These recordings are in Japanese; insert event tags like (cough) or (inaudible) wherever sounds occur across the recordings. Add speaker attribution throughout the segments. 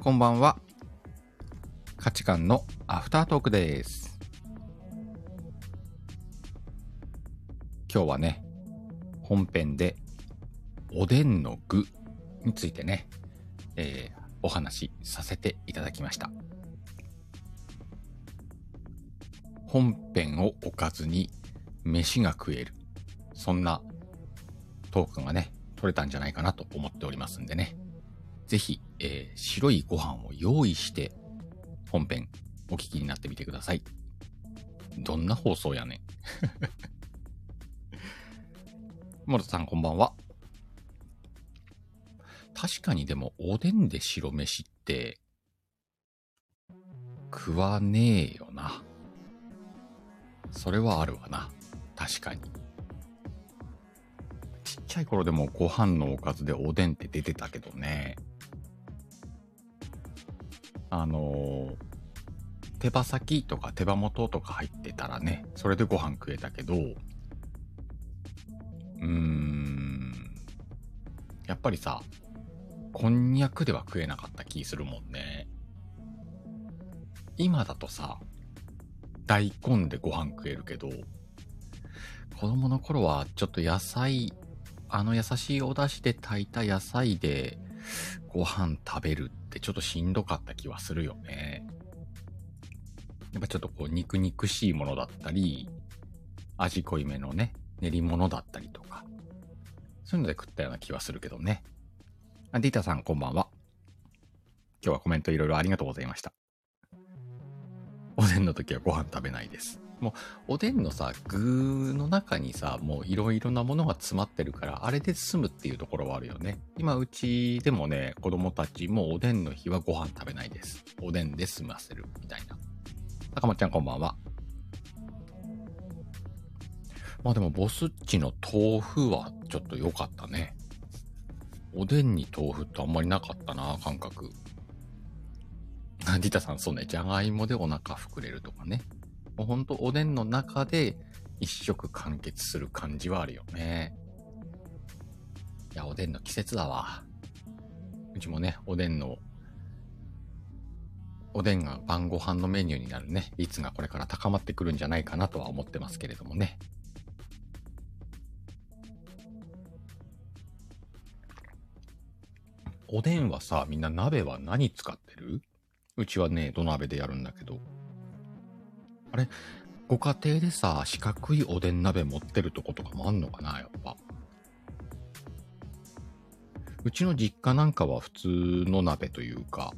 Speaker 1: こんばんは。価値観のアフタートークです。今日はね、本編でおでんの具についてね、えーお話しさせていただきました。本編をおかずに飯が食える。そんなトークがね、取れたんじゃないかなと思っておりますんでね。ぜひ、えー白いご飯を用意して、本編お聞きになってみてください。どんな放送やねん。 (laughs) モルトさんこんばんは。確かにでも、おでんで白飯って、食わねえよな。それはあるわな。確かに。ちっちゃい頃でもご飯のおかずでおでんって出てたけどね。あのー手羽先とか手羽元とか入ってたらね、それでご飯食えたけど、うーん、やっぱりさ、こんにゃくでは食えなかった気するもんね。今だとさ、大根でご飯食えるけど、子供の頃はちょっと野菜、あの優しいお出汁で炊いた野菜でご飯食べるってちょっとしんどかった気はするよね。やっぱちょっとこう肉肉しいものだったり、味濃いめのね、練り物だったりとか、そういうので食ったような気はするけどね。あディータさんこんばんは。今日はコメントいろいろありがとうございました。おでんの時はご飯食べないです。もう、おでんのさ、具の中にさ、もういろいろなものが詰まってるから、あれで済むっていうところはあるよね。今、うちでもね、子供たちもおでんの日はご飯食べないです。おでんで済ませる、みたいな。高松ちゃんこんばんは。まあでも、ボスっちの豆腐はちょっと良かったね。おでんに豆腐ってあんまりなかったな、感覚。あディタさん、そうね、じゃがいもでお腹膨れるとかね。もうほんとおでんの中で一食完結する感じはあるよね。いや、おでんの季節だわ。うちもね、おでんの、おでんが晩ご飯のメニューになるね、率がこれから高まってくるんじゃないかなとは思ってますけれどもね。おでんはさ、みんな鍋は何使ってるうちはね、土鍋でやるんだけど。あれ、ご家庭でさ、四角いおでん鍋持ってるとことかもあんのかな、やっぱ。うちの実家なんかは普通の鍋というか、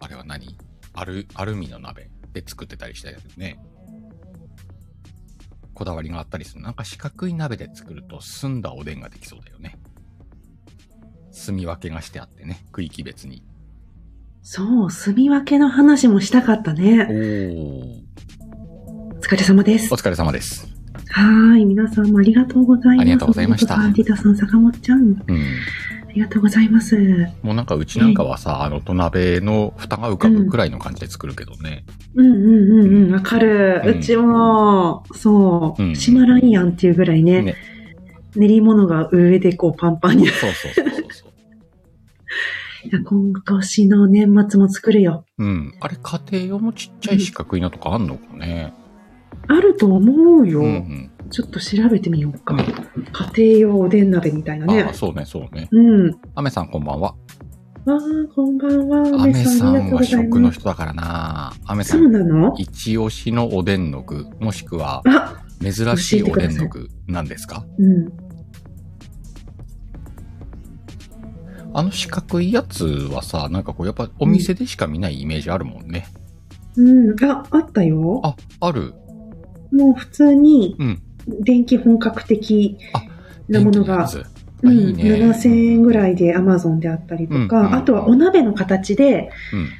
Speaker 1: あれは何アル、アルミの鍋で作ってたりしたよね。こだわりがあったりする。なんか四角い鍋で作ると澄んだおでんができそうだよね。住み分けがしてあってね、区域別に。
Speaker 2: そう、住み分けの話もしたかった
Speaker 1: お
Speaker 2: ね。
Speaker 1: ー。
Speaker 2: お疲れ様です。
Speaker 1: お
Speaker 2: は
Speaker 1: 疲れ様です。
Speaker 2: ーい、皆さんもありがとうございます。
Speaker 1: ありがとうございました
Speaker 2: アンティタさん、坂本ちゃん、
Speaker 1: うん。
Speaker 2: ありがとうございます。う
Speaker 1: もうなんかうちなんかはさ、あの土鍋の蓋が浮かぶくらいの感じで作るけどね。
Speaker 2: んうんうんうん、わかる。
Speaker 1: うん
Speaker 2: うちも、そう、
Speaker 1: うん
Speaker 2: しまらんやんっていうぐらいね、
Speaker 1: ね
Speaker 2: 練り物が上でこうパンパンに。い
Speaker 1: そうそうそうそうそう。
Speaker 2: や今年の年末も作るよ。
Speaker 1: うん。あれ家庭用もちっちゃい四角いのとかあんのかね。
Speaker 2: あると思うよ。
Speaker 1: うんうん。
Speaker 2: ちょっと調べてみようか。家庭用おでん鍋みたいな
Speaker 1: ああ、
Speaker 2: ね。
Speaker 1: そうね、そうね。
Speaker 2: うん。
Speaker 1: アメさんこんばんは。
Speaker 2: わあ、こんばんは。
Speaker 1: アメさんは食の
Speaker 2: 人。
Speaker 1: 人だからな。アメさ、
Speaker 2: そうんなの
Speaker 1: 一押しのおでんの具、もしくは
Speaker 2: あ、
Speaker 1: 珍しいおでんの具なんですか
Speaker 2: うん。
Speaker 1: あの四角いやつはさ、なんかこうやっぱお店でしか見ないイメージあるもんね。
Speaker 2: うん。あ、あったよ。
Speaker 1: あ、ある。
Speaker 2: もう普通に、
Speaker 1: うん。
Speaker 2: 電気本格的
Speaker 1: あ
Speaker 2: なもの
Speaker 1: 元気や
Speaker 2: が、
Speaker 1: つ
Speaker 2: う
Speaker 1: あ
Speaker 2: ん、
Speaker 1: いいね
Speaker 2: 7000円ぐらいで Amazon であったりとか、
Speaker 1: うんうん
Speaker 2: あとはお鍋の形で、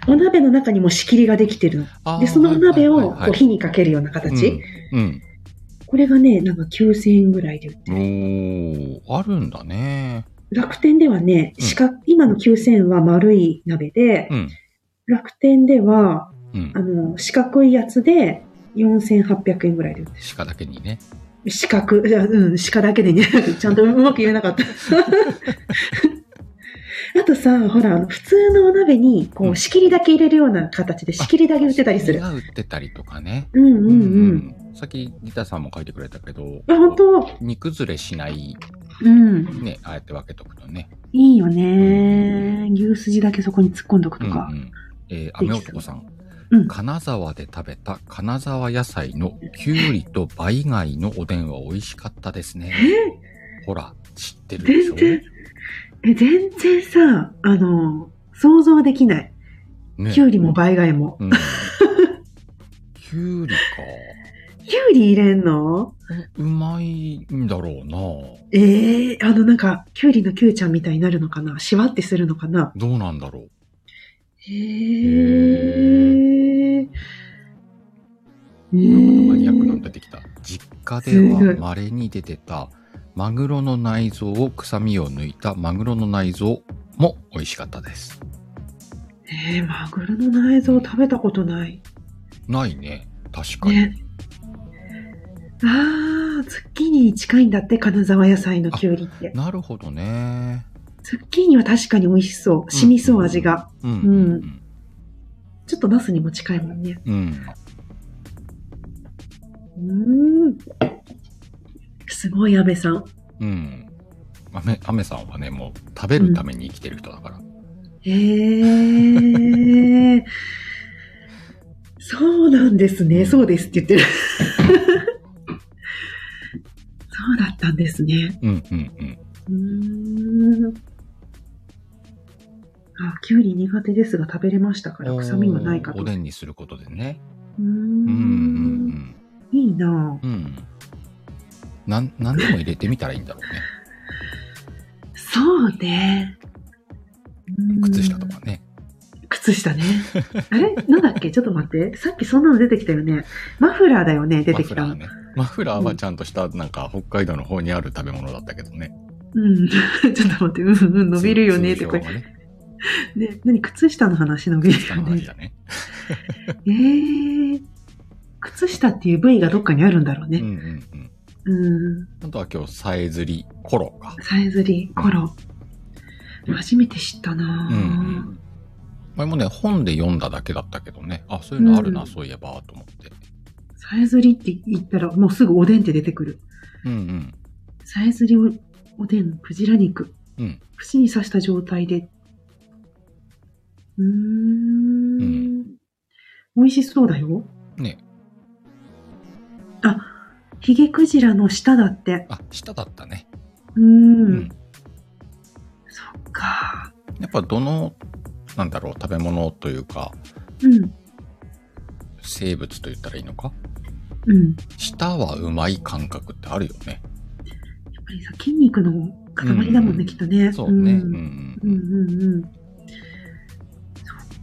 Speaker 1: うん。
Speaker 2: お鍋の中にも仕切りができてるの。
Speaker 1: あー
Speaker 2: で、そのお鍋
Speaker 1: はいはい
Speaker 2: をこ
Speaker 1: はいう
Speaker 2: 火にかけるような形。
Speaker 1: うん。
Speaker 2: これがね、なんか9000円ぐらいで売って
Speaker 1: う
Speaker 2: る。
Speaker 1: ん。おー、あるんだね。
Speaker 2: 楽天ではね、
Speaker 1: うん
Speaker 2: 四角、今の9000円は丸い鍋で、
Speaker 1: うん。
Speaker 2: 楽天では、
Speaker 1: うん
Speaker 2: あ。の、四角いやつで4800円ぐらいで売ってる。
Speaker 1: 鹿だけにね。
Speaker 2: 四角、 (laughs) いやうん、鹿だけでね、ちゃんとうまく言えなかった。 (laughs) あとさ、ほら、あの普通のお鍋に、こ
Speaker 1: うん
Speaker 2: う、仕切りだけ入れるような形で、仕切りだけ売ってたりする。
Speaker 1: が売ってたりとかね。
Speaker 2: うんうんうん。
Speaker 1: うんさっきギターさんも書いてくれたけど、
Speaker 2: あ、本当
Speaker 1: 煮崩れしない、
Speaker 2: うん。
Speaker 1: ね、ああやって分けとくとね。
Speaker 2: いいよね。牛すじだけそこに突っ込んどくとか
Speaker 1: う。んうんえー、雨男さん。
Speaker 2: うん
Speaker 1: 金沢で食べた金沢野菜のきゅうりと梅貝のおでんは美味しかったですね。ほら、知ってるでしょ
Speaker 2: 全然、え、全然さ、あの、想像できない。
Speaker 1: ね
Speaker 2: きゅうりも倍貝も。
Speaker 1: うん。きゅうりか。
Speaker 2: きゅうり入れんの
Speaker 1: うまいんだろうな。
Speaker 2: ええあのなんか、きゅうりのきゅうちゃんみたいになるのかなしわってするのかな
Speaker 1: どうなんだろう。
Speaker 2: へえ。
Speaker 1: マ
Speaker 2: マ
Speaker 1: ニアックなん出てきた。実家では稀に出てたマグロの内臓を臭みを抜いたマグロの内臓も美味しかったです。
Speaker 2: えー、マグロの内臓食べたことない。
Speaker 1: ないね。確かに。
Speaker 2: ね。あー、ズッキーニに近いんだって、金沢野菜のきゅうりって。
Speaker 1: なるほどね。
Speaker 2: ズッキーニは確かに美味しそう。染みそう、味が。
Speaker 1: うん。
Speaker 2: うんちょっとナスにも近いもんね。
Speaker 1: うん。うん。
Speaker 2: うーん。すごい、安部さん。
Speaker 1: うん。アメ、アメさんはね、もう食べるために生きてる人だから。
Speaker 2: へえ。そうなんですね。そうですって言ってる。そうだったんですね。
Speaker 1: うん、うん、うん。
Speaker 2: うーん。あ、きゅうり苦手ですが食べれましたから、臭みはないかと。
Speaker 1: お
Speaker 2: う
Speaker 1: でんにすることでね。
Speaker 2: ー。
Speaker 1: うん、うんん、
Speaker 2: いいな
Speaker 1: うん。うん。なん、なんでも入れてみたらいいんだろうね。
Speaker 2: ぁそうね。うーん
Speaker 1: 靴下とかね。
Speaker 2: 靴下ね。あれなんだっけちょっと待って。さっきそんなの出てきたよね。マフラーだよね、出てきた
Speaker 1: マフラー
Speaker 2: の。
Speaker 1: ね。マフラーはちゃんとした、なんか北海道の方にある食べ物だったけどね。
Speaker 2: うん。 (laughs) ちょっと待って、うんうん、伸びるよねって
Speaker 1: 通
Speaker 2: こ
Speaker 1: 常
Speaker 2: れ。
Speaker 1: はね。
Speaker 2: ね、何靴下の話伸びる
Speaker 1: 下
Speaker 2: よ
Speaker 1: の話
Speaker 2: (laughs) ね。
Speaker 1: だね。
Speaker 2: えー、靴下っていう部位がどっかにあるんだろう
Speaker 1: うんう
Speaker 2: ね。
Speaker 1: んうん。
Speaker 2: うん。
Speaker 1: あとは今日、さえずり、コロか。
Speaker 2: さえずり、コロ。初めて知ったな
Speaker 1: う
Speaker 2: ぁ
Speaker 1: んうん。前もね、本で読んだだけだったけどね。あ、そういうのあるな、
Speaker 2: うん
Speaker 1: そういえば、と思って。
Speaker 2: さえずりって言ったら、もうすぐおでんって出てくる。
Speaker 1: うん
Speaker 2: さえずりおおでん、クジラ肉。
Speaker 1: うん。うん。
Speaker 2: 串に刺した状態で。うーん。
Speaker 1: うん
Speaker 2: 美味しそうだよ。
Speaker 1: ね。
Speaker 2: あ、ヒゲクジラの下だって。
Speaker 1: あ、下だったね。
Speaker 2: うーん。
Speaker 1: うん
Speaker 2: そっか。
Speaker 1: やっぱどの、なんだろう、食べ物というか、
Speaker 2: うん。
Speaker 1: 生物と言ったらいいのか
Speaker 2: うん。
Speaker 1: 舌はうまい感覚ってあるよね。
Speaker 2: やっぱりさ、筋肉の塊だもん
Speaker 1: う
Speaker 2: ね、
Speaker 1: ん
Speaker 2: きっとね。
Speaker 1: そうね。うんう
Speaker 2: う
Speaker 1: んん
Speaker 2: う。んうんうん。そっ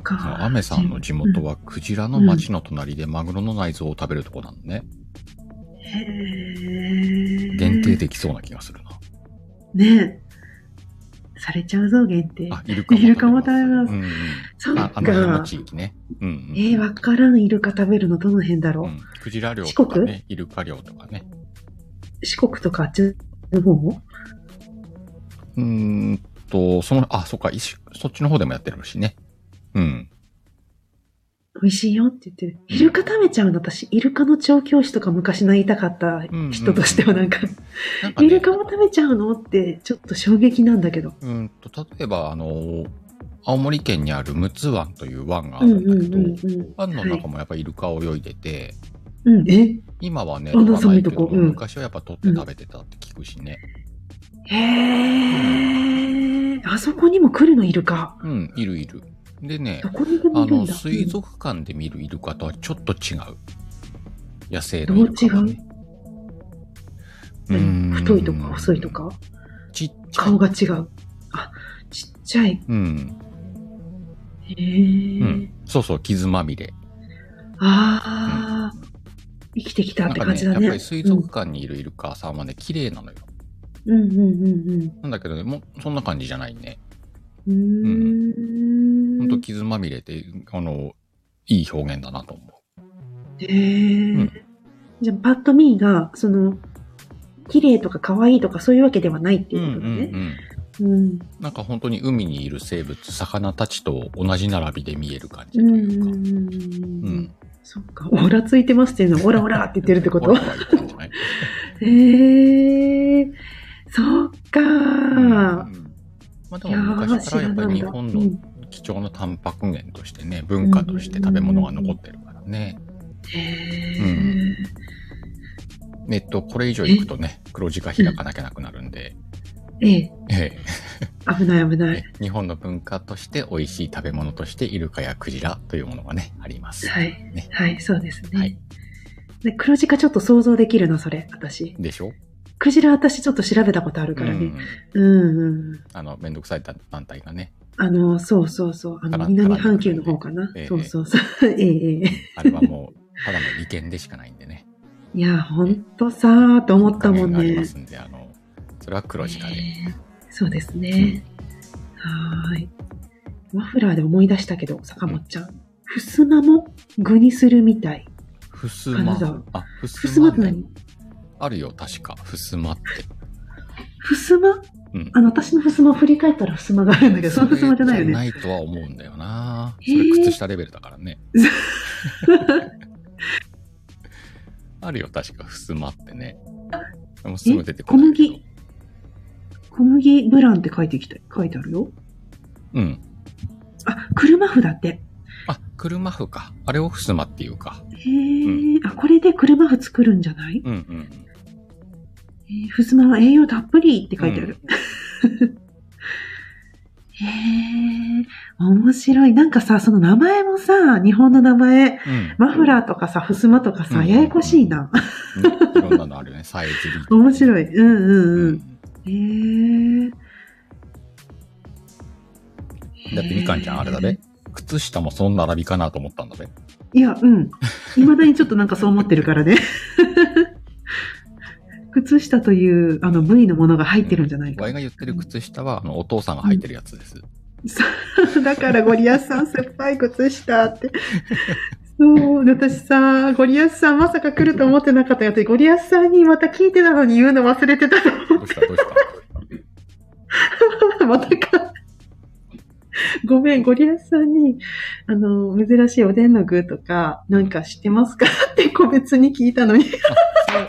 Speaker 2: か。
Speaker 1: アメさんの地元はクジラの町の隣でマグロの内臓を食べるとこなのね。
Speaker 2: へー。
Speaker 1: 限定。できそうな気がするな。
Speaker 2: ねされちゃうぞ、限定。
Speaker 1: あ、イルカも食べます。う
Speaker 2: イルカも食べます
Speaker 1: んうん
Speaker 2: そっ
Speaker 1: あ
Speaker 2: か
Speaker 1: あ。の辺の地域ね。うんうん。
Speaker 2: えー、わからん、イルカ食べるのどの辺だろう。
Speaker 1: うんクジラ漁とかね、イルカ漁とかね。
Speaker 2: 四国とかあっちの方
Speaker 1: うーんと、その、あ、そっか、いしそっちの方でもやってるしね。うん。
Speaker 2: 美味しいよって言ってる。イルカ食べちゃうの、私。イルカの調教師とか昔なりたかった人としてはなんか、
Speaker 1: なんかね
Speaker 2: イルカも食べちゃうのって、ちょっと衝撃なんだけど。
Speaker 1: うんと、例えば、あの、青森県にある陸奥湾という湾があ
Speaker 2: う
Speaker 1: る
Speaker 2: ん
Speaker 1: んだ
Speaker 2: う
Speaker 1: け
Speaker 2: ん
Speaker 1: ど、
Speaker 2: うんうん。
Speaker 1: 湾の
Speaker 2: はい
Speaker 1: 中もやっぱイルカ泳いでて、
Speaker 2: うん、え
Speaker 1: 今はね、
Speaker 2: あんな
Speaker 1: 取らないけ
Speaker 2: 寒いと
Speaker 1: ど、
Speaker 2: こうん
Speaker 1: 昔はやっぱ取って食べてたって聞くしね。
Speaker 2: へー。あそこにも来るの、イルカ。
Speaker 1: うん、いるいる。でね
Speaker 2: ど、こにでも
Speaker 1: あ
Speaker 2: いるん
Speaker 1: の、
Speaker 2: だ。
Speaker 1: 水族館で見るイルカとはちょっと違う。野生のイルカはね。
Speaker 2: うん
Speaker 1: うん
Speaker 2: 太いとか細いと。か、
Speaker 1: ちっちゃい
Speaker 2: 顔。が違う。あ、ちっちゃい。
Speaker 1: うん。
Speaker 2: へ
Speaker 1: う
Speaker 2: ー
Speaker 1: ん。そうそう、傷まみれ。
Speaker 2: ああ、生きてきた
Speaker 1: な
Speaker 2: っ
Speaker 1: ん
Speaker 2: て
Speaker 1: か
Speaker 2: 感
Speaker 1: ね、
Speaker 2: じ
Speaker 1: や
Speaker 2: だ
Speaker 1: っぱ
Speaker 2: ね。
Speaker 1: り水族館にいるイルカさんはね、綺麗なのよ。
Speaker 2: うんうんうんうん
Speaker 1: なんだけどね、もう、そんな感じじゃないね。
Speaker 2: うん。
Speaker 1: ほ
Speaker 2: うん
Speaker 1: と
Speaker 2: ん。
Speaker 1: 傷まみれで、あの、いい表現だなと思う。
Speaker 2: へえ、
Speaker 1: うん
Speaker 2: じゃあ、パッと見が、その、綺麗とか可愛いとかそういうわけではないって
Speaker 1: う
Speaker 2: い
Speaker 1: ん
Speaker 2: うことだね。
Speaker 1: うん
Speaker 2: うん。
Speaker 1: なんか本当に海にいる生物、魚たちと同じ並びで見える感じと
Speaker 2: うん。
Speaker 1: いう
Speaker 2: う
Speaker 1: か。
Speaker 2: ん
Speaker 1: う
Speaker 2: うん
Speaker 1: ん。
Speaker 2: そっか。オラついてますっていうのは、オラオラって言ってるってこと
Speaker 1: ほらほら言ってるんじゃ
Speaker 2: (laughs)
Speaker 1: ない
Speaker 2: へえー。そっか
Speaker 1: うん
Speaker 2: ー。
Speaker 1: まあで
Speaker 2: いや
Speaker 1: も
Speaker 2: ー
Speaker 1: 昔からやっぱり日本
Speaker 2: 知らなん
Speaker 1: の
Speaker 2: だ
Speaker 1: 貴重なタンパク源としてね、文化として食べ物が残ってるからね。
Speaker 2: へ
Speaker 1: う
Speaker 2: ー
Speaker 1: えっと、これ以上行くとね、黒字が開かなきゃなくなるんで、
Speaker 2: ええ、
Speaker 1: え
Speaker 2: 危ない危
Speaker 1: え
Speaker 2: な
Speaker 1: え
Speaker 2: い。
Speaker 1: 日本の文化として美味しい食べ物としてイルカやクジラというものがね、あります。
Speaker 2: はい
Speaker 1: ね。
Speaker 2: はい、そうですね。
Speaker 1: はい
Speaker 2: で黒字化ちょっと想像できるな、それ、私。
Speaker 1: でしょ
Speaker 2: クジラ私ちょっと調べたことあるから
Speaker 1: うん
Speaker 2: ね。うん、うん、
Speaker 1: あの、めんどくさい団体がね、
Speaker 2: あの、そうそうそう。あ
Speaker 1: か
Speaker 2: の、
Speaker 1: ら
Speaker 2: 南半球の方かな。
Speaker 1: から
Speaker 2: そうそうそう。 (laughs) ええええ。
Speaker 1: あれはもう、ただの利権でしかないんでね。
Speaker 2: いや、ほんとさーと思った
Speaker 1: 画面
Speaker 2: もん
Speaker 1: がありま
Speaker 2: ね。
Speaker 1: すんで、あの、それは黒字化で。
Speaker 2: ええそうですね。はーい。マフラーで思い出したけど、坂本ちゃん。ふすまも具にするみたい。
Speaker 1: ふす
Speaker 2: 金
Speaker 1: ま
Speaker 2: 沢。
Speaker 1: あ、ふ
Speaker 2: ふ
Speaker 1: す
Speaker 2: すま
Speaker 1: ま
Speaker 2: って
Speaker 1: ね。
Speaker 2: 何
Speaker 1: あるよ、確か。ふすまって。
Speaker 2: ふすま
Speaker 1: うん。
Speaker 2: あの、私のふすまを振り返ったらふすまがあるんだけど、そのふすまじゃないよ
Speaker 1: それ
Speaker 2: ね。
Speaker 1: じゃないとは思うんだよな。
Speaker 2: へ
Speaker 1: そ
Speaker 2: ー
Speaker 1: れ靴下レベルだから
Speaker 2: (laughs)
Speaker 1: ね。あるよ、確か、ふすまってね。でもすぐ出てこないけど
Speaker 2: え。小麦ブランって書いてきた、書いてあるよ。
Speaker 1: うん。
Speaker 2: あ、車麩だって。
Speaker 1: あ、車麩か。あれをふすまっていうか。
Speaker 2: へえ、あ、これで車麩作るんじゃない、
Speaker 1: うんうんうん。
Speaker 2: えーふすまは栄養たっぷりって書いてある。 (laughs) へえ、面白い。なんかさ、その名前もさ、日本の名前、
Speaker 1: うん。
Speaker 2: マフラーとかさ、ふすまとかさ、
Speaker 1: うん
Speaker 2: ややこしいな。
Speaker 1: ねいろんなのあるよね。サイズリ
Speaker 2: 面白い。うんうん
Speaker 1: う
Speaker 2: うん。
Speaker 1: ん。
Speaker 2: へえ。
Speaker 1: だってみかんちゃんあれだね。靴下もその並びかなと思ったんだべ。
Speaker 2: いや、うん。未だにちょっとなんかそう思ってるからね。 (laughs) 靴下というあの部位のものが入ってるんじゃないか
Speaker 1: ワイ。が言ってる靴下は、あの、お父さんが履いてるやつです。
Speaker 2: だからゴリアスさん酸っぱい靴下って。そう、私さ、ゴリアスさんまさか来ると思ってなかったよって、ゴリアスさんにまた聞いてたのに言うの (laughs) 忘れてた
Speaker 1: どうしたどうした
Speaker 2: の。またか。ごめん、ゴリアスさんに、あの、珍しいおでんの具とか、なんか知ってますかって個別に聞いたのに。
Speaker 1: そう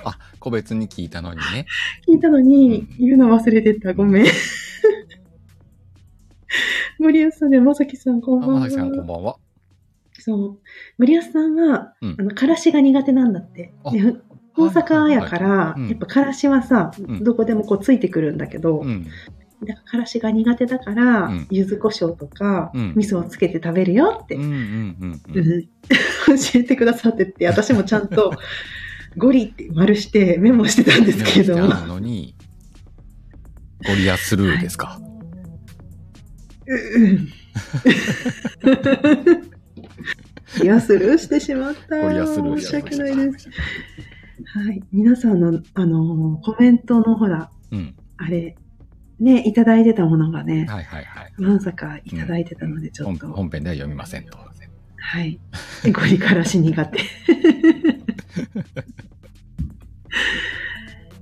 Speaker 1: あ、個別に聞いたのにね。
Speaker 2: 聞いたのに、
Speaker 1: うん
Speaker 2: 言うの忘れてた。ごめん。 (laughs) 森安さんね、まさきさん、こんばん
Speaker 1: 浜
Speaker 2: は。
Speaker 1: 崎さんこんばんは。
Speaker 2: そう。森安さんは、
Speaker 1: うん
Speaker 2: あの、からしが苦手なんだって。
Speaker 1: あ
Speaker 2: でふ大阪やから、
Speaker 1: いうん
Speaker 2: やっぱからしはさ、
Speaker 1: ん
Speaker 2: どこでもこうついてくるんだけど、
Speaker 1: うん。
Speaker 2: だからからしが苦手だから、
Speaker 1: うん
Speaker 2: 柚子胡椒とか、
Speaker 1: うん
Speaker 2: 味噌をつけて食べるよって、
Speaker 1: うんうんうんう。
Speaker 2: うん (laughs) ん教えてくださってって、私もちゃんと、ゴリって丸してメモしてたんですけれども。
Speaker 1: あるのに、ゴリアスルーですか。
Speaker 2: (laughs) うん。いや、スルーしてしまった。
Speaker 1: ゴリアスルー
Speaker 2: 申し訳ないです。
Speaker 1: す。
Speaker 2: はい。皆さんの、あのーコメントのほら、
Speaker 1: うん。
Speaker 2: あれ、ね、いただいてたものがね、
Speaker 1: はいはいはい。
Speaker 2: まさかいただいてたので、ちょ
Speaker 1: 本
Speaker 2: っと、
Speaker 1: 本編では読みませんと。
Speaker 2: はい。ゴリからし苦 (laughs) 手。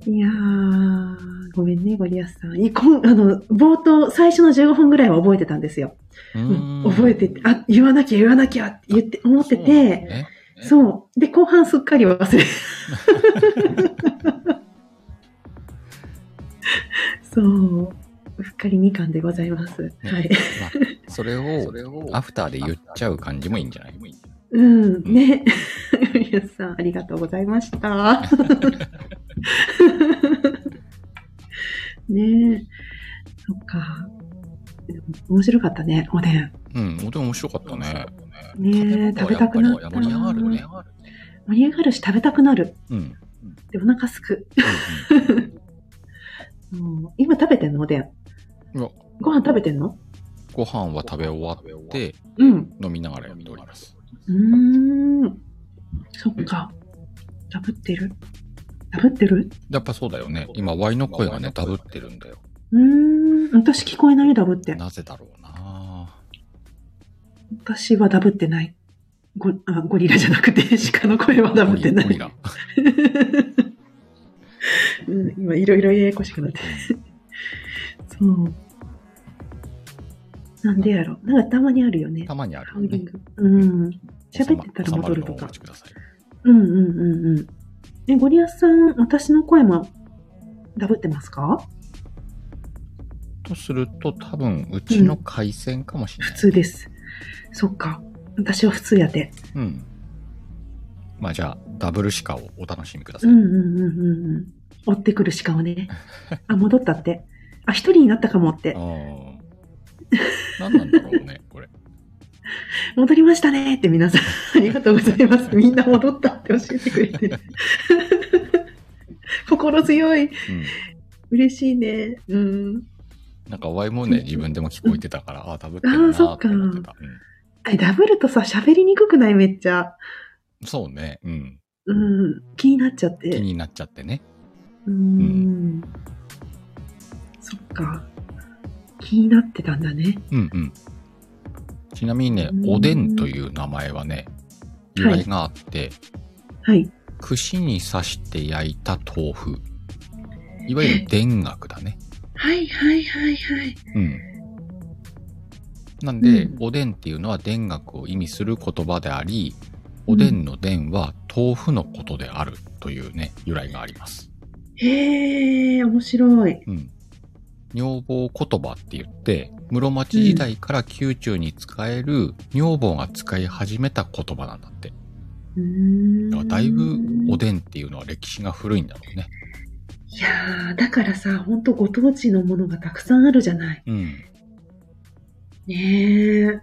Speaker 2: いやー、ごめんね、ゴリアスさん。いこんあの、冒頭、最初の15分ぐらいは覚えてたんですよ。
Speaker 1: う
Speaker 2: うん
Speaker 1: ん
Speaker 2: 覚えてて、あ、言わなきゃ言わなきゃって言って、思って
Speaker 1: そうなんだ
Speaker 2: て、
Speaker 1: ね
Speaker 2: そう,、で、後半すっかり忘
Speaker 1: (laughs)
Speaker 2: れ。そう。うっかりみかんでございます。
Speaker 1: ね
Speaker 2: はい。
Speaker 1: まあそれを、アフターで言っちゃう感じもいいんじゃない
Speaker 2: うん、ね。皆さん、ありがとうござい
Speaker 1: (laughs)
Speaker 2: ました。ねえ。そっか。でも面白かったね、おでん。
Speaker 1: うん、本当に面白かったね。
Speaker 2: ねえ、食べたくなった。
Speaker 1: 盛り上がるね。
Speaker 2: 盛り上がるし、食べたくなる。
Speaker 1: うんうん。
Speaker 2: で、お腹すく。うん今食べてんのおでん。
Speaker 1: うんいや
Speaker 2: ご飯食べてんの
Speaker 1: (laughs) ご飯は食べ終わって、
Speaker 2: うん。
Speaker 1: 飲みながらやっております。
Speaker 2: うーん。そっか。ダブってるダブってる
Speaker 1: やっぱそうだよね。今、ワイの声がね、ダブってるんだよ。
Speaker 2: うーん。私聞こえないダブって。
Speaker 1: なぜだろうな
Speaker 2: 私はダブってない。ゴあゴリラじゃなく
Speaker 1: (laughs)
Speaker 2: て、鹿の声はダブってない。
Speaker 1: ゴリラ。
Speaker 2: うん、今いろいろややこしくなって。そう。なんでやろ。なんかたまにあるよね
Speaker 1: た。まにある
Speaker 2: ハ
Speaker 1: よ
Speaker 2: ウリン
Speaker 1: ね。
Speaker 2: グ。うん。喋ってたら
Speaker 1: 収ま
Speaker 2: 戻
Speaker 1: 収
Speaker 2: る
Speaker 1: まの
Speaker 2: と
Speaker 1: をお
Speaker 2: か
Speaker 1: 待。ちください。
Speaker 2: うんうんうんうん。え、ゴリアスさん、私の声もダブってますか
Speaker 1: とすると、多分、うちの回線かもしれ
Speaker 2: 普
Speaker 1: ない。
Speaker 2: 通です。そっか。私は普通やて。
Speaker 1: うん。まあじゃあ、ダブルシカをお楽しみくだ
Speaker 2: う
Speaker 1: さい。
Speaker 2: んうんうんうんうん。追ってくる鹿をね。あ、戻ったって。あ、一人になったかもって
Speaker 1: あ。あ。何なんだろうね、これ。
Speaker 2: 戻りましたねって皆さん、ありがとうございます。みんな戻ったって教えてくれて。 (laughs) 心強い。
Speaker 1: うん。
Speaker 2: 嬉しいね。うん。
Speaker 1: なんか、ワイもね、自分でも聞こえてたから、ああ、ダブって
Speaker 2: あ
Speaker 1: る
Speaker 2: ー
Speaker 1: な
Speaker 2: そ
Speaker 1: ー
Speaker 2: っ
Speaker 1: っ
Speaker 2: か
Speaker 1: て思ってた。う
Speaker 2: あれ、ダブるとさ、喋りにくくないめっちゃ。
Speaker 1: ん、そうね。うん。
Speaker 2: うん。気になっちゃって。
Speaker 1: 気になっちゃってね。
Speaker 2: うーんそっか。気になってたんだね。
Speaker 1: うんうん。ちなみにね
Speaker 2: う、ん
Speaker 1: おでんという名前はね、由来があって、
Speaker 2: はい。
Speaker 1: 串に刺して焼いた豆腐。いわゆる田楽だね。
Speaker 2: はいはいはいはい。
Speaker 1: うん。なんで、
Speaker 2: うん
Speaker 1: おでんっていうのは田楽を意味する言葉であり、おでんの田は豆腐のことであるというね、由来があります。
Speaker 2: へえ、面白い。
Speaker 1: うん。女房言葉って言って、室町時代から宮中に使える女房が使い始めた言葉なんだって。
Speaker 2: うーん
Speaker 1: だからだいぶおでんっていうのは歴史が古いんだろうね。
Speaker 2: いやー、だからさ、ほんとご当地のものがたくさんあるじゃない。
Speaker 1: うん。
Speaker 2: ねえ。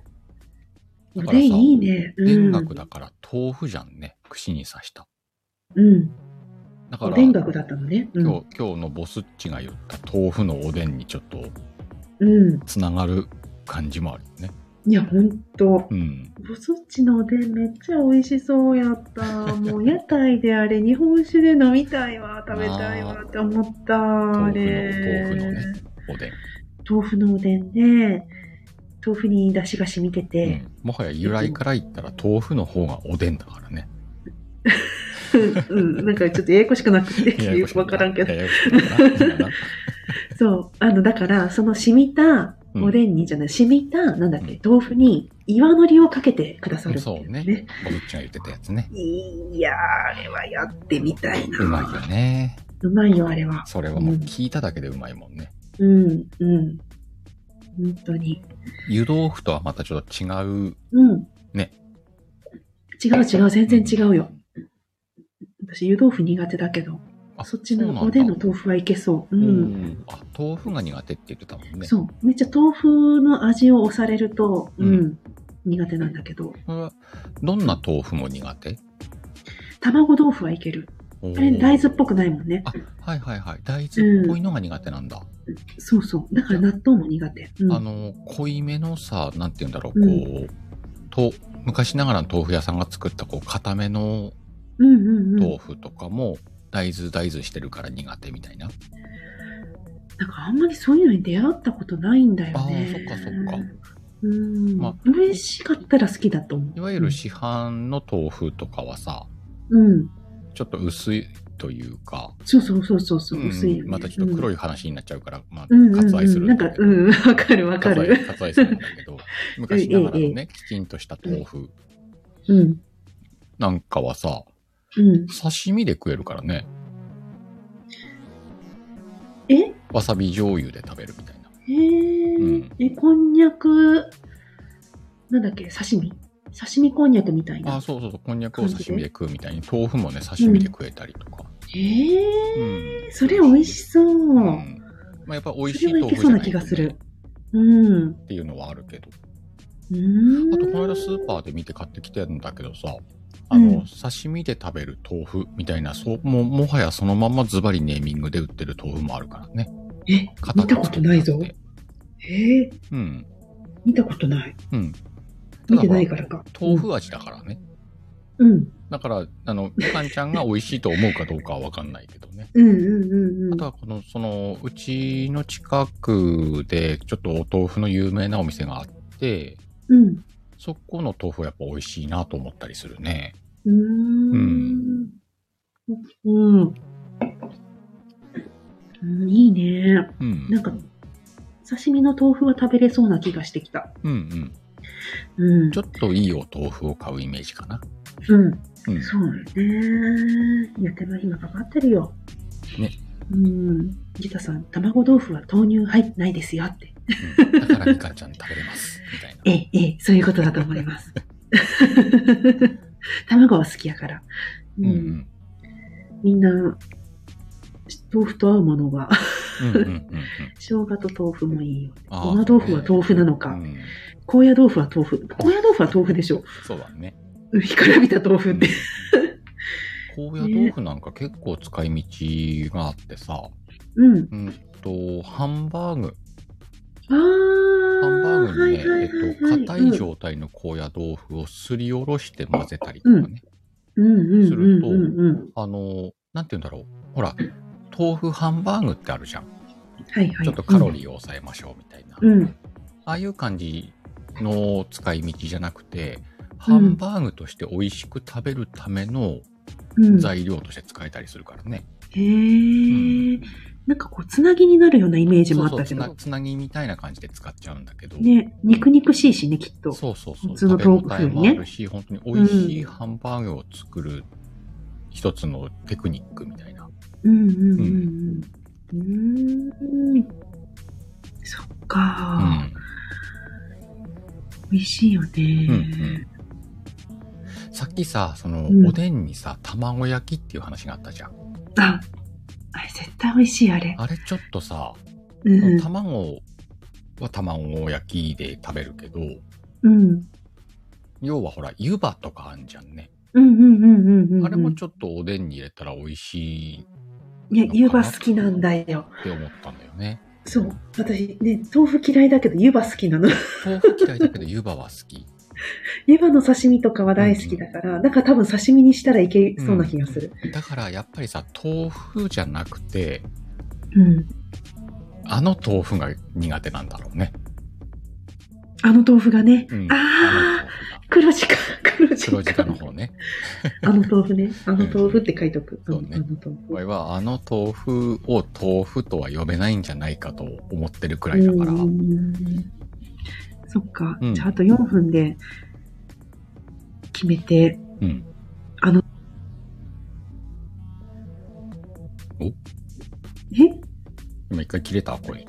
Speaker 2: お
Speaker 1: だから
Speaker 2: で
Speaker 1: さ
Speaker 2: んいいね。
Speaker 1: 田
Speaker 2: うん。
Speaker 1: 楽だから豆腐じゃんね。串に刺した。
Speaker 2: うん。
Speaker 1: だか
Speaker 2: お
Speaker 1: ら、
Speaker 2: でん額だったのね。う
Speaker 1: 今
Speaker 2: ん。
Speaker 1: 日、今日のボスっちが言った豆腐のおでんにちょっと
Speaker 2: うん。
Speaker 1: つながる感じもあるよね。
Speaker 2: いや、ほんと。
Speaker 1: うん。
Speaker 2: ボソッチのおでんめっちゃ美味しそうやった。もう屋台であれ、日本酒で飲みたいわ、食べたいわって思った。あ
Speaker 1: 豆腐の、
Speaker 2: れ
Speaker 1: 豆腐のね、おでん。
Speaker 2: 豆腐のおでんね。豆腐に出汁が染みて
Speaker 1: う
Speaker 2: て。
Speaker 1: ん。もはや由来から言ったら豆腐の方がおでんだからね。
Speaker 2: (laughs) うん、なんかちょっとややこしくなくて、 (laughs) よくわからんけど。
Speaker 1: ややこしいな。ややこしいな
Speaker 2: (laughs) そう。あの、だから、その染みた
Speaker 1: うん
Speaker 2: おでんに、じゃない、染みた、なんだっ
Speaker 1: う
Speaker 2: け
Speaker 1: ん、
Speaker 2: 豆腐に岩のりをかけてくださるってい
Speaker 1: そうね。。ボスっちが言ってたやつね。
Speaker 2: いやー、あれはやってみたいな。
Speaker 1: うまいよね。
Speaker 2: うまいよ、あれは。
Speaker 1: それはもう聞いただけでうまいもんね。
Speaker 2: うん、うん。本当に。
Speaker 1: 湯豆腐とはまたちょっと違う。
Speaker 2: うん。
Speaker 1: ね。
Speaker 2: 違う違う、全然違うよ。。私、湯豆腐苦手だけど、
Speaker 1: あ
Speaker 2: そっち
Speaker 1: そうなん
Speaker 2: の
Speaker 1: だ
Speaker 2: おでんの豆腐はいけそう。う。
Speaker 1: うんん。あ、豆腐が苦手って言ってたもんね。
Speaker 2: そう。めっちゃ豆腐の味を押されると、うん、
Speaker 1: う
Speaker 2: 苦手なんだけど、
Speaker 1: これはどんな豆腐も苦手
Speaker 2: 卵豆腐はいける。あれ、大豆っぽくないもんね。
Speaker 1: あ、はいはいはい。大豆っぽいのが苦手なんだ。
Speaker 2: そうそう。だから納豆も苦手。うん。
Speaker 1: あの、濃いめのさ、なんて言うんだろう、こ
Speaker 2: う
Speaker 1: う、と、昔ながらの豆腐屋さんが作った、こう、固めの
Speaker 2: うんうんうん。
Speaker 1: 豆腐とかも、大豆大豆してるから苦手みたいな。
Speaker 2: なんかあんまりそういうのに出会ったことないんだよね。
Speaker 1: あーそっかそっか。
Speaker 2: うん。
Speaker 1: まあ
Speaker 2: 嬉しかったら好きだと思う。
Speaker 1: いわゆる市販の豆腐とかはさ、
Speaker 2: うん。
Speaker 1: ちょっと薄いというか、
Speaker 2: そうそうそうそうそう、
Speaker 1: うん
Speaker 2: 薄いよね。
Speaker 1: またちょっと黒
Speaker 2: い。
Speaker 1: い話になっちゃうから、まあ、
Speaker 2: うん、
Speaker 1: 割愛する
Speaker 2: うんうんうん、なん
Speaker 1: だ
Speaker 2: か
Speaker 1: け、ど
Speaker 2: うん、わかるわか
Speaker 1: 割愛
Speaker 2: る。
Speaker 1: 割愛するんだ
Speaker 2: (laughs)
Speaker 1: けど、昔ながらのね、きちんとした豆腐
Speaker 2: うん。
Speaker 1: なんかはさ、
Speaker 2: うん。
Speaker 1: 刺身で食えるからね、
Speaker 2: えへ
Speaker 1: わさび醤油で食べるみたいな。
Speaker 2: ー、
Speaker 1: うん
Speaker 2: え、こんにゃく、なんだっけ、刺身刺身こんにゃくみたいな。
Speaker 1: あ、そうそうそう、こんにゃくを
Speaker 2: 感じで
Speaker 1: 刺身で食うみたいに、豆腐もね、刺身で食えたりとか。
Speaker 2: えー、
Speaker 1: うん。
Speaker 2: それ美味しそう。
Speaker 1: ううん。まあ、やっぱ美味しい
Speaker 2: それ
Speaker 1: 豆
Speaker 2: はいけ
Speaker 1: 腐
Speaker 2: そ
Speaker 1: じゃ
Speaker 2: うな
Speaker 1: ない
Speaker 2: 気
Speaker 1: と
Speaker 2: がする
Speaker 1: ね。
Speaker 2: うん。
Speaker 1: っていうのはあるけど。
Speaker 2: うん。
Speaker 1: あと、この間スーパーで見て買ってきてんだけどさ、あの、
Speaker 2: うん
Speaker 1: 刺身で食べる豆腐みたいな、そう、もう、もはやそのまんまズバリネーミングで売ってる豆腐もあるからね。
Speaker 2: え、見たことないぞ。えー、
Speaker 1: うん。
Speaker 2: 見たことない。
Speaker 1: うん。。
Speaker 2: 見てないかららか。
Speaker 1: 豆腐味だからね。
Speaker 2: うん。
Speaker 1: だから、あの、みかんちゃんが美味しいと思うかどうかはわかんないけどね。
Speaker 2: うんうんうんう
Speaker 1: あ
Speaker 2: ん
Speaker 1: と。はこの、その、うちの近くで、ちょっとお豆腐の有名なお店があって、
Speaker 2: うん。
Speaker 1: そこの豆腐はやっぱ美味しいなと思ったりするね。
Speaker 2: うーん。うん。うん、いいね。
Speaker 1: うん。
Speaker 2: なんか、刺身の豆腐は食べれそうな気がしてきた。
Speaker 1: うんうん。
Speaker 2: うん
Speaker 1: ち。ょっといいお豆腐を買うイメージかな。
Speaker 2: うん。
Speaker 1: うん。
Speaker 2: そうね。いや、手間暇かかってるよ。
Speaker 1: ね。
Speaker 2: うん。ギタさん、卵豆腐は豆乳入ってないですよって。
Speaker 1: うんだからみかんちゃん食べれます。みたいな。
Speaker 2: ええ、ええ、そういうことだと思います。 (laughs) 卵は好きやから。う。
Speaker 1: うんん
Speaker 2: みんな、豆腐と合うものが、
Speaker 1: うん。うんうんうんうん。
Speaker 2: 生姜と豆腐もいいよ。
Speaker 1: あ
Speaker 2: ごま豆腐は豆腐なの
Speaker 1: う
Speaker 2: か。
Speaker 1: ん。
Speaker 2: 高野豆腐は豆腐。高野豆腐は豆腐でしょ。
Speaker 1: そうだね。
Speaker 2: うんひからびた豆腐って。
Speaker 1: 高野豆腐なんか結構使い道があってさ、
Speaker 2: うん。
Speaker 1: うんと、ハンバーグ、
Speaker 2: あー。
Speaker 1: ハンバーグにね、
Speaker 2: はいはいはい
Speaker 1: えっと、
Speaker 2: はい
Speaker 1: 硬い状態の高野豆腐をすりおろして混ぜたりとかね、
Speaker 2: うんうん
Speaker 1: すると
Speaker 2: うんうんうん
Speaker 1: あの、なんて言うんだろう、ほら、豆腐ハンバーグってあるじゃん。
Speaker 2: はいはい。
Speaker 1: ちょっとカロ
Speaker 2: ー。
Speaker 1: リーを抑えましょうみたいな。
Speaker 2: うん。
Speaker 1: ああいう感じの使い道じゃなくて、ハンバーグとして美味しく食べるための
Speaker 2: うん。
Speaker 1: 材料として使えたりするからね。
Speaker 2: へえ。なんかこう、つなぎになるようなイメージも
Speaker 1: そ
Speaker 2: あ
Speaker 1: う
Speaker 2: っ
Speaker 1: そう
Speaker 2: たけ
Speaker 1: つな、
Speaker 2: ど。
Speaker 1: つなぎみたいな感じで使っちゃうんだけど。
Speaker 2: ね、肉肉しいしね、きっと。
Speaker 1: そうそうそう。
Speaker 2: 普通の
Speaker 1: 食
Speaker 2: 豆
Speaker 1: べ
Speaker 2: 腐
Speaker 1: 応
Speaker 2: よ
Speaker 1: え
Speaker 2: りね
Speaker 1: もあるし、本当に美味しいハンバーグを作る一つのテクニックみたいな。
Speaker 2: うんうんうんうん。うーん。そっ
Speaker 1: う
Speaker 2: か、
Speaker 1: ん。
Speaker 2: 美味しいよね、
Speaker 1: うんうんさっきさ、その、
Speaker 2: うん
Speaker 1: おでんにさ、卵焼きっていう話があったじゃん。
Speaker 2: あ、あれ絶対美味しい、あれ。
Speaker 1: あれちょっとさ、
Speaker 2: うんうん。
Speaker 1: 卵は卵焼きで食べるけど、
Speaker 2: うん
Speaker 1: 要はほら、湯葉とかあんじゃんね。
Speaker 2: うんうんうんうんうん。
Speaker 1: あれもちょっとおでんに入れたら美味しい
Speaker 2: いや、湯葉好きなんだよ。
Speaker 1: って思ったんだよね。
Speaker 2: そう。私ね、豆腐嫌いだけど湯葉好きなの。 (laughs)
Speaker 1: 豆腐嫌いだけど湯葉は好き。
Speaker 2: 湯葉の刺身とかは大好きだから、なんか多分刺身にしたらいけそうな気がする。
Speaker 1: だからやっぱりさ、豆腐じゃなくて、
Speaker 2: うん。
Speaker 1: あの豆腐が苦手なんだろうね。
Speaker 2: あの豆腐がね。
Speaker 1: うん。
Speaker 2: ああ、
Speaker 1: の豆腐が。
Speaker 2: 黒字か、黒字
Speaker 1: 黒字
Speaker 2: か。
Speaker 1: 化の方ね。
Speaker 2: あの豆腐ね。あの豆腐って書いとく。
Speaker 1: うん
Speaker 2: あの
Speaker 1: そうね
Speaker 2: あの豆
Speaker 1: お前
Speaker 2: 腐。
Speaker 1: はあの豆腐を豆腐とは呼べないんじゃないかと思ってるくらいだから。
Speaker 2: うー
Speaker 1: うん
Speaker 2: そっか。
Speaker 1: うん
Speaker 2: じゃああと4分で決めて、
Speaker 1: ん。
Speaker 2: あの、
Speaker 1: お
Speaker 2: え
Speaker 1: 今一回切れた声。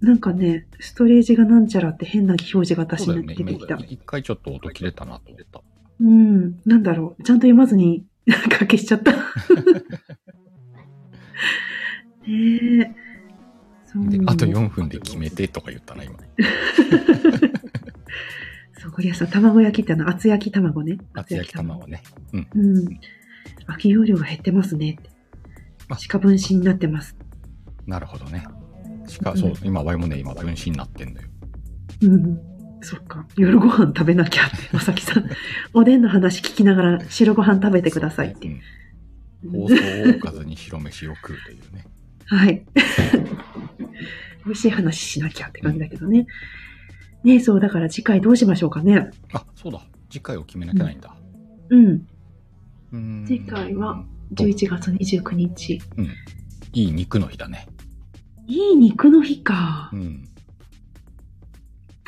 Speaker 2: なんかね、ストレージがなんちゃらって変な表示が私
Speaker 1: そうだよ
Speaker 2: に
Speaker 1: ね。
Speaker 2: 出
Speaker 1: 今
Speaker 2: てきた。う
Speaker 1: 一回ちょっと音切れたなと思った。
Speaker 2: ん。なんだろう。ちゃんと読まずに、 (laughs) なんか消しち
Speaker 1: (laughs)
Speaker 2: ゃった。ねえ。そう
Speaker 1: で、あと4分で決めてとか言ったな、今。
Speaker 2: そう、ゴリアスさん、卵焼きってあの、厚焼き卵ね。
Speaker 1: 厚焼き卵ね。
Speaker 2: うん。空き容量が減ってますねって
Speaker 1: あ。
Speaker 2: 鹿分子になってます。
Speaker 1: なるほどね。しか、
Speaker 2: うん
Speaker 1: そう、今、ワイもね、今、分子になってんだよ。
Speaker 2: うん。そっか。夜ご飯食べなきゃって、まさきさん。おでんの話聞きながら白ご飯食べてくださいっ
Speaker 1: そ
Speaker 2: て。
Speaker 1: うね。うん放送をおかずに白飯を食うというね。
Speaker 2: はい。美味しい話しなきゃって感じだけどね。ねえ、そう、だから次回どうしましょうかね。
Speaker 1: あ、そうだ。次回を決めなきゃないんだ。
Speaker 2: うん。
Speaker 1: うーん
Speaker 2: 次回は。11月29日。
Speaker 1: いい肉の日だね。
Speaker 2: いい肉の日か
Speaker 1: う。ん。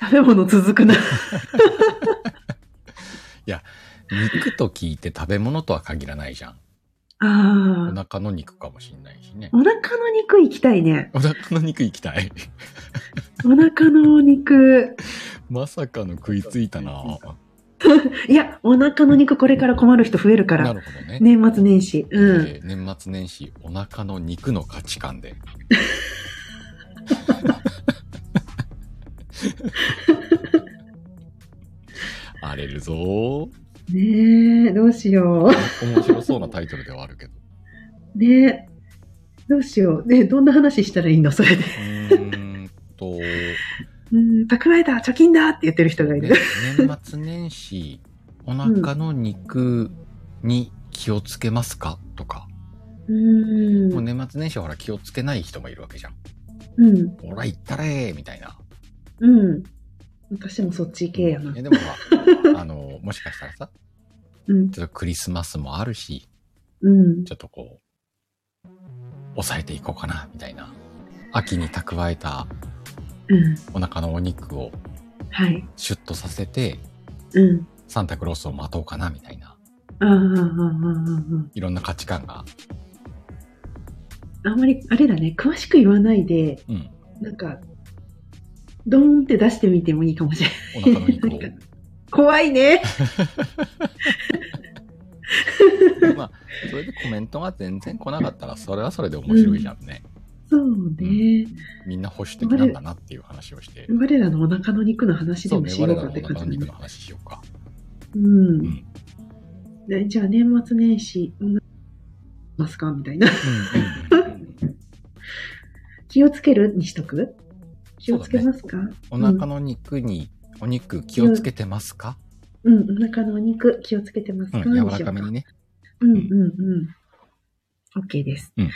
Speaker 2: 食べ物続くな。
Speaker 1: 肉と聞いて食べ物とは限らないじゃん。お
Speaker 2: ああ。
Speaker 1: 腹の肉かもしんないしね
Speaker 2: お。腹の肉行きたいね。
Speaker 1: お腹の肉行きたい。 (laughs)
Speaker 2: お腹のお肉。
Speaker 1: まさかの食いついたな。
Speaker 2: いや、お腹の肉これから困る人増えるか
Speaker 1: な
Speaker 2: ら。
Speaker 1: るほどね。
Speaker 2: 年末年始。うん。
Speaker 1: えー年末年始、お腹の肉の価値観
Speaker 2: (laughs)
Speaker 1: で。荒れるぞー
Speaker 2: ねえ、どうしよ
Speaker 1: 面白そうなタイトルではあるけど。
Speaker 2: う。ねえ、どうしよう。ねえどんな話したらいいのそれで。
Speaker 1: うーんと、ね
Speaker 2: うん、蓄えた、貯金だって言ってる人がいる。
Speaker 1: 年末年始、お腹の肉に気をつけますかとか。
Speaker 2: う。
Speaker 1: もうん年末年始はほら気をつけない人もいるわけじゃん。
Speaker 2: うん。
Speaker 1: ほら、行ったれーみたいな。
Speaker 2: うん。私もそっち行けやな
Speaker 1: え。でもほ (laughs) ら、あの、もしかしたらさ、
Speaker 2: うん。
Speaker 1: ちょっとクリスマスもあるし、
Speaker 2: うん。
Speaker 1: ちょっとこう、抑えていこうかな、みたいな。秋に蓄えた
Speaker 2: うん。
Speaker 1: お腹のお肉を
Speaker 2: はい。
Speaker 1: シュッとさせて、
Speaker 2: うん。
Speaker 1: サンタクロースを待とうかな、みたいな。
Speaker 2: ああ、ああ、ああ、
Speaker 1: いろんな価値観が。
Speaker 2: ああ。あんまり、あれだね、詳しく言わないで、
Speaker 1: うん。
Speaker 2: なんか、ドーンって出してみてもいいかもしれない。
Speaker 1: お腹の肉を。
Speaker 2: 怖いね。
Speaker 1: まあ、それでコメントが全然来なかったら、それはそれで面白いじゃんね。
Speaker 2: そうね。
Speaker 1: みんな保守的なんだなっていう話をして。
Speaker 2: 我らのお腹の肉の話で
Speaker 1: そう
Speaker 2: も
Speaker 1: ね、
Speaker 2: しよ
Speaker 1: 我
Speaker 2: う
Speaker 1: らの
Speaker 2: かっ
Speaker 1: お
Speaker 2: て
Speaker 1: 腹
Speaker 2: 感
Speaker 1: の
Speaker 2: じ
Speaker 1: 肉の話しようか。
Speaker 2: うん
Speaker 1: うん。
Speaker 2: ねじゃあ年末年始、うんますかみたいな。
Speaker 1: うんうんうん
Speaker 2: 気をつけるにしとく気をつけますか
Speaker 1: お腹の肉に、お肉気をつけてますか、
Speaker 2: うん、お腹のお肉気をつけてます
Speaker 1: う
Speaker 2: か、
Speaker 1: ん、
Speaker 2: にしよう
Speaker 1: 柔らかめにね。
Speaker 2: うんうんうん。OK です。
Speaker 1: うん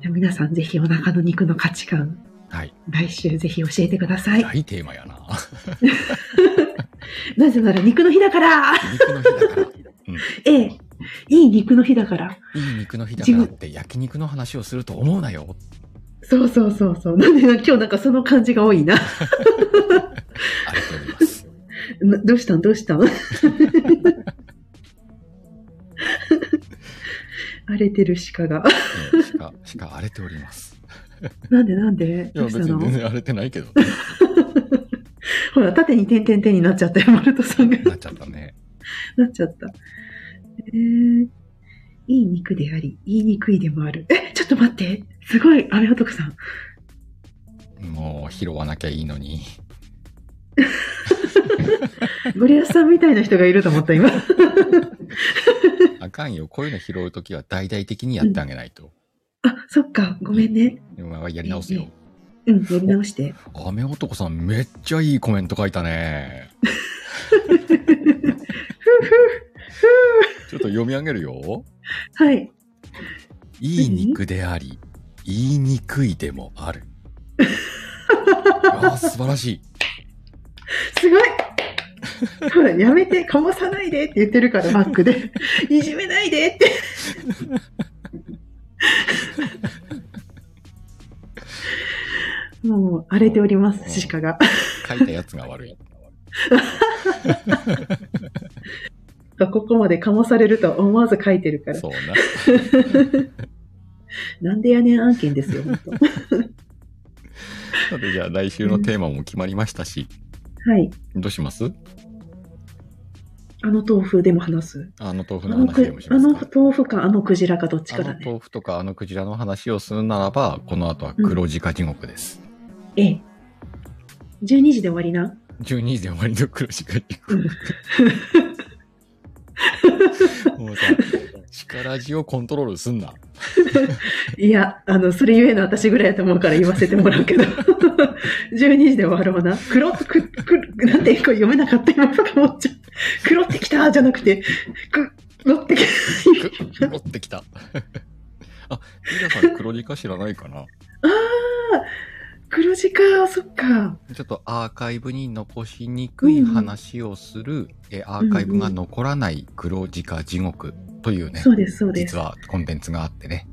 Speaker 2: じゃあ皆さんぜひお腹の肉の価値観、
Speaker 1: はい。
Speaker 2: 来週ぜひ教えてください。
Speaker 1: 大テーマやな。
Speaker 2: なぜなら肉の日だから
Speaker 1: 肉の日だから。うん。
Speaker 2: ええ、いい肉の日だから。
Speaker 1: いい肉の日だからって焼肉の話をすると思うなよ。
Speaker 2: そうそうそうそう。なんでな今日なんかその感じが多いな。
Speaker 1: ありがとうございます。
Speaker 2: などうしたんどうした
Speaker 1: (laughs)
Speaker 2: ん荒れてる鹿が。
Speaker 1: うん、しか、しか荒れております。
Speaker 2: なんでなんで
Speaker 1: いや、
Speaker 2: どう
Speaker 1: 別
Speaker 2: した
Speaker 1: に全
Speaker 2: の
Speaker 1: 然荒れてないけど。
Speaker 2: ほら、縦に点々点になっちゃったよ、マルトさんが。
Speaker 1: なっちゃったね。
Speaker 2: (laughs) なっちゃった。えー、いい肉であり、言いにくいでもある。え、ちょっと待って。すごい、雨男さん。
Speaker 1: もう拾わなきゃいいのに。
Speaker 2: ゴリアスさんみたいな人がいると思った、今。 (laughs)
Speaker 1: あかんよ。こういうの拾うときは大々的にやってあげないと。
Speaker 2: あ、そっか、ごめんね。
Speaker 1: お前はやり直せよ。
Speaker 2: うん、やり直して。
Speaker 1: 雨男さんめっちゃいいコメント書いたね。ちょっと読み上げるよ。
Speaker 2: はい。
Speaker 1: いい肉であり、言いにくいでもある。ああ、素晴らし
Speaker 2: すごいほら、やめて、かまさないでって言ってるから、バックで。いじめないでって。もう、荒れております、鹿が。 (laughs)
Speaker 1: い。書いたやつが悪い。
Speaker 2: ここまでかまされると思わず書いてるから。
Speaker 1: そうな。
Speaker 2: なんでやねん案件ですよ、本当
Speaker 1: (laughs) さて、じゃあ来週のテーマも決まりましたし、
Speaker 2: はい。
Speaker 1: どうします
Speaker 2: あの豆腐でも話す。
Speaker 1: あの豆腐
Speaker 2: あ
Speaker 1: の
Speaker 2: の
Speaker 1: 話
Speaker 2: く
Speaker 1: でもし
Speaker 2: あ
Speaker 1: ます
Speaker 2: の
Speaker 1: か
Speaker 2: 豆腐か、あのクジラか、どっち
Speaker 1: あ
Speaker 2: かだ
Speaker 1: の
Speaker 2: ね。
Speaker 1: 豆腐とかあのクジラの話をするならば、この後は黒字化地獄です。
Speaker 2: ええ。12時で終わ
Speaker 1: (laughs)
Speaker 2: りな。
Speaker 1: 12時で終わりの黒字化地
Speaker 2: (laughs)
Speaker 1: 獄。もうさ、力地をコントロールすんな。
Speaker 2: いや、あの、それゆえの私ぐらいだと思うから言わせてもらうけど。12時で終わろうな。黒く、く、く、なんて、これ読めなかった今とか思っちゃう。黒ってきたじゃなくて、く、黒ってき
Speaker 1: く持ってき
Speaker 2: (laughs)
Speaker 1: た。あ、リラさん黒字化知らないかな
Speaker 2: た。ああ、黒字か、そっか。
Speaker 1: ちょっとアーカイブに残しにくい話をする、えアーカイブが残らない黒字化地獄というね、
Speaker 2: そうです、そうです。
Speaker 1: 実はコンテンツがあってね、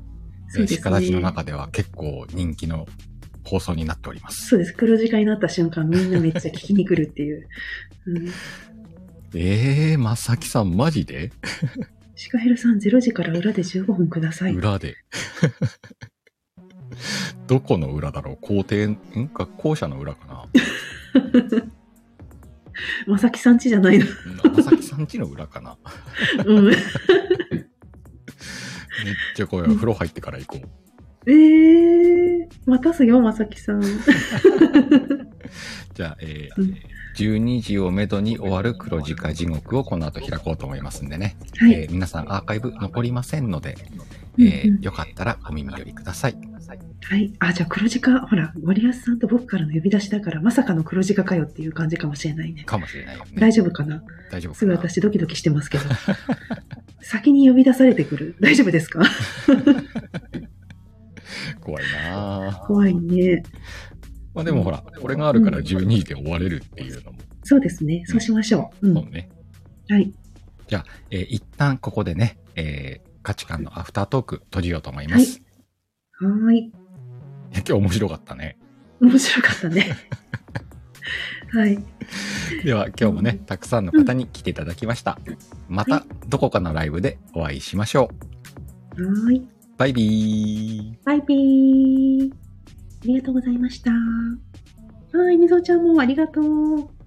Speaker 2: そう
Speaker 1: え
Speaker 2: ですね
Speaker 1: シカラジの中では結構人気の放送になっております。
Speaker 2: そうです。黒字化になった瞬間、みんなめっちゃ聞きに来るっていう。うん。
Speaker 1: えー、まさきさんマジで、
Speaker 2: シカヘルさん、0時から裏で15分ください。
Speaker 1: 裏で。 (laughs) どこの裏だろう校庭、ん学校舎の裏かな
Speaker 2: まさきさんちじゃないの。
Speaker 1: うんまさきさん家の裏かな
Speaker 2: うん。
Speaker 1: めっちゃ怖い。風呂入ってから行こう。
Speaker 2: ええー、待たすよ、まさきさん。
Speaker 1: じゃあ、えー
Speaker 2: うん
Speaker 1: 12時をめどに終わる黒字化地獄をこの後開こうと思いますんでね。
Speaker 2: はい
Speaker 1: えー皆さんアーカイブ残りませんので、
Speaker 2: うん
Speaker 1: えー
Speaker 2: うん
Speaker 1: よかったらお耳寄りください。
Speaker 2: はい。あ、じゃあ黒字化、ほら、森保さんと僕からの呼び出しだから、まさかの黒字化かよっていう感じかもしれないね。
Speaker 1: かもしれないよね
Speaker 2: 大。丈夫かな
Speaker 1: 大丈夫
Speaker 2: す
Speaker 1: か
Speaker 2: ぐ
Speaker 1: な
Speaker 2: 私ドキドキしてますけど。先に呼び出されてくる。大丈夫ですか
Speaker 1: 怖いなぁ
Speaker 2: 怖いね。
Speaker 1: (laughs) まあでもほら、これがあるから12時で終われるっていうのも、
Speaker 2: そうですね。そうしましょう。うん。
Speaker 1: そうね。
Speaker 2: はい。
Speaker 1: えー一旦ここでね、えー価値観のアフタートーク閉じようと思います。
Speaker 2: はーい。
Speaker 1: いや今日面白かったね。
Speaker 2: 面白かった (laughs) ね。はい。
Speaker 1: では今日もね、たくさんの方に来ていただきました。ま
Speaker 2: は
Speaker 1: たどこかのライブでお会いしましょう。
Speaker 2: はい。
Speaker 1: バイビー。
Speaker 2: バイビー。ありがとうございました。はい、みぞちゃんもありがとう。